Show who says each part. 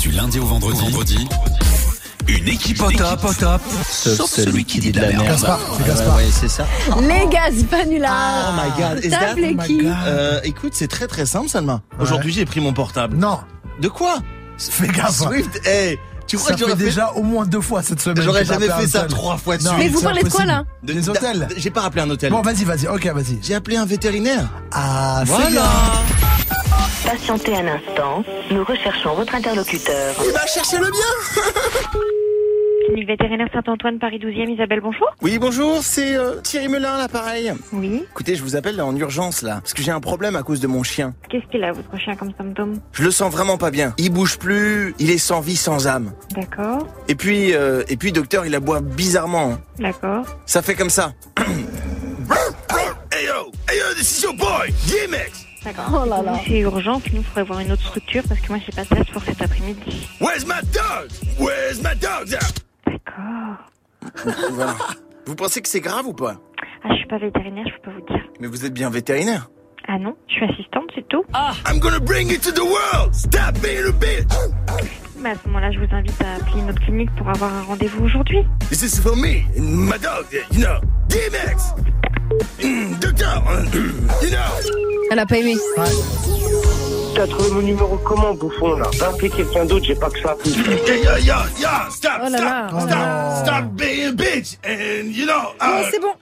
Speaker 1: Du lundi au vendredi, une équipe au top, au top, sauf, celui qui dit de la merde.
Speaker 2: Gaspard, c'est Gaspard.
Speaker 3: Ah, Ouais, c'est ça.
Speaker 4: Les Gaspanula
Speaker 3: Oh my god. Is
Speaker 4: T'as
Speaker 3: that-
Speaker 4: appelé qui
Speaker 3: Euh, écoute, c'est très très simple, Salma. Aujourd'hui, j'ai pris mon portable.
Speaker 2: Euh, Non,
Speaker 3: De quoi
Speaker 2: fais gaffe.
Speaker 3: Swift, hey, tu crois
Speaker 2: Ça
Speaker 3: que j'aurais
Speaker 2: fait
Speaker 3: fait-
Speaker 2: déjà au moins deux fois cette semaine.
Speaker 3: J'aurais
Speaker 2: que t'as
Speaker 3: jamais
Speaker 2: appelé
Speaker 3: fait
Speaker 2: un
Speaker 3: ça
Speaker 2: hôtel.
Speaker 3: trois fois de
Speaker 2: Non,
Speaker 3: suite.
Speaker 4: Mais vous
Speaker 2: c'est
Speaker 4: parlez de quoi,
Speaker 2: impossible.
Speaker 4: là
Speaker 3: De-
Speaker 2: Des
Speaker 3: d'a-
Speaker 2: hôtels.
Speaker 3: J'ai pas appelé un hôtel.
Speaker 2: Bon, vas-y, vas-y. Ok, vas-y.
Speaker 3: J'ai appelé un vétérinaire.
Speaker 2: Ah, fais
Speaker 3: Voilà.
Speaker 2: gaffe.
Speaker 5: Patientez un instant, nous recherchons votre interlocuteur.
Speaker 3: Il va chercher le bien.
Speaker 6: Clinique vétérinaire Saint-Antoine, Paris 12e, Isabelle, bonjour.
Speaker 3: Oui, bonjour, c'est euh, Thierry Melin, l'appareil.
Speaker 6: Oui.
Speaker 3: Écoutez, je vous appelle là, en urgence là, parce que j'ai un problème à cause de mon chien.
Speaker 6: Qu'est-ce qu'il a, votre chien, comme symptôme
Speaker 3: Je le sens vraiment pas bien. Il bouge plus, il est sans vie, sans âme.
Speaker 6: D'accord,
Speaker 3: Et puis, euh, et puis, docteur, il aboie bizarrement. hein.
Speaker 6: d'accord.
Speaker 3: Ça fait comme ça. hey yo, hey yo, this is your boy, DMX.
Speaker 6: D'accord.
Speaker 4: Oh là là.
Speaker 6: Si C'est urgent, sinon il faudrait voir une autre structure parce que moi j'ai pas de place pour cet après-midi.
Speaker 3: Where's my dog? Where's my dog?
Speaker 6: D'accord.
Speaker 3: Voilà. Vous pensez que c'est grave ou pas
Speaker 6: Ah, je suis pas vétérinaire, je peux pas vous dire.
Speaker 3: Mais vous êtes bien vétérinaire.
Speaker 6: Ah non, je suis assistante, c'est tout.
Speaker 3: I'm gonna bring you to the world. Stop being a bitch.
Speaker 6: Mais Oh. Bah, à ce moment-là, je vous invite à appeler notre clinique pour avoir un rendez-vous aujourd'hui.
Speaker 3: This is for me and my dog, you know, DMX. Mm, docteur, you know.
Speaker 4: Elle a pas aimé.
Speaker 7: T'as trouvé mon numéro comment, bouffon, là Va appeler quelqu'un d'autre, j'ai pas que ça.
Speaker 3: Yo, yo, yo, yo, stop,
Speaker 4: Oh là là,
Speaker 3: stop,
Speaker 4: oh là
Speaker 3: stop,
Speaker 2: là.
Speaker 3: stop being a bitch. And you know,
Speaker 4: Oh,
Speaker 3: uh,
Speaker 4: c'est bon.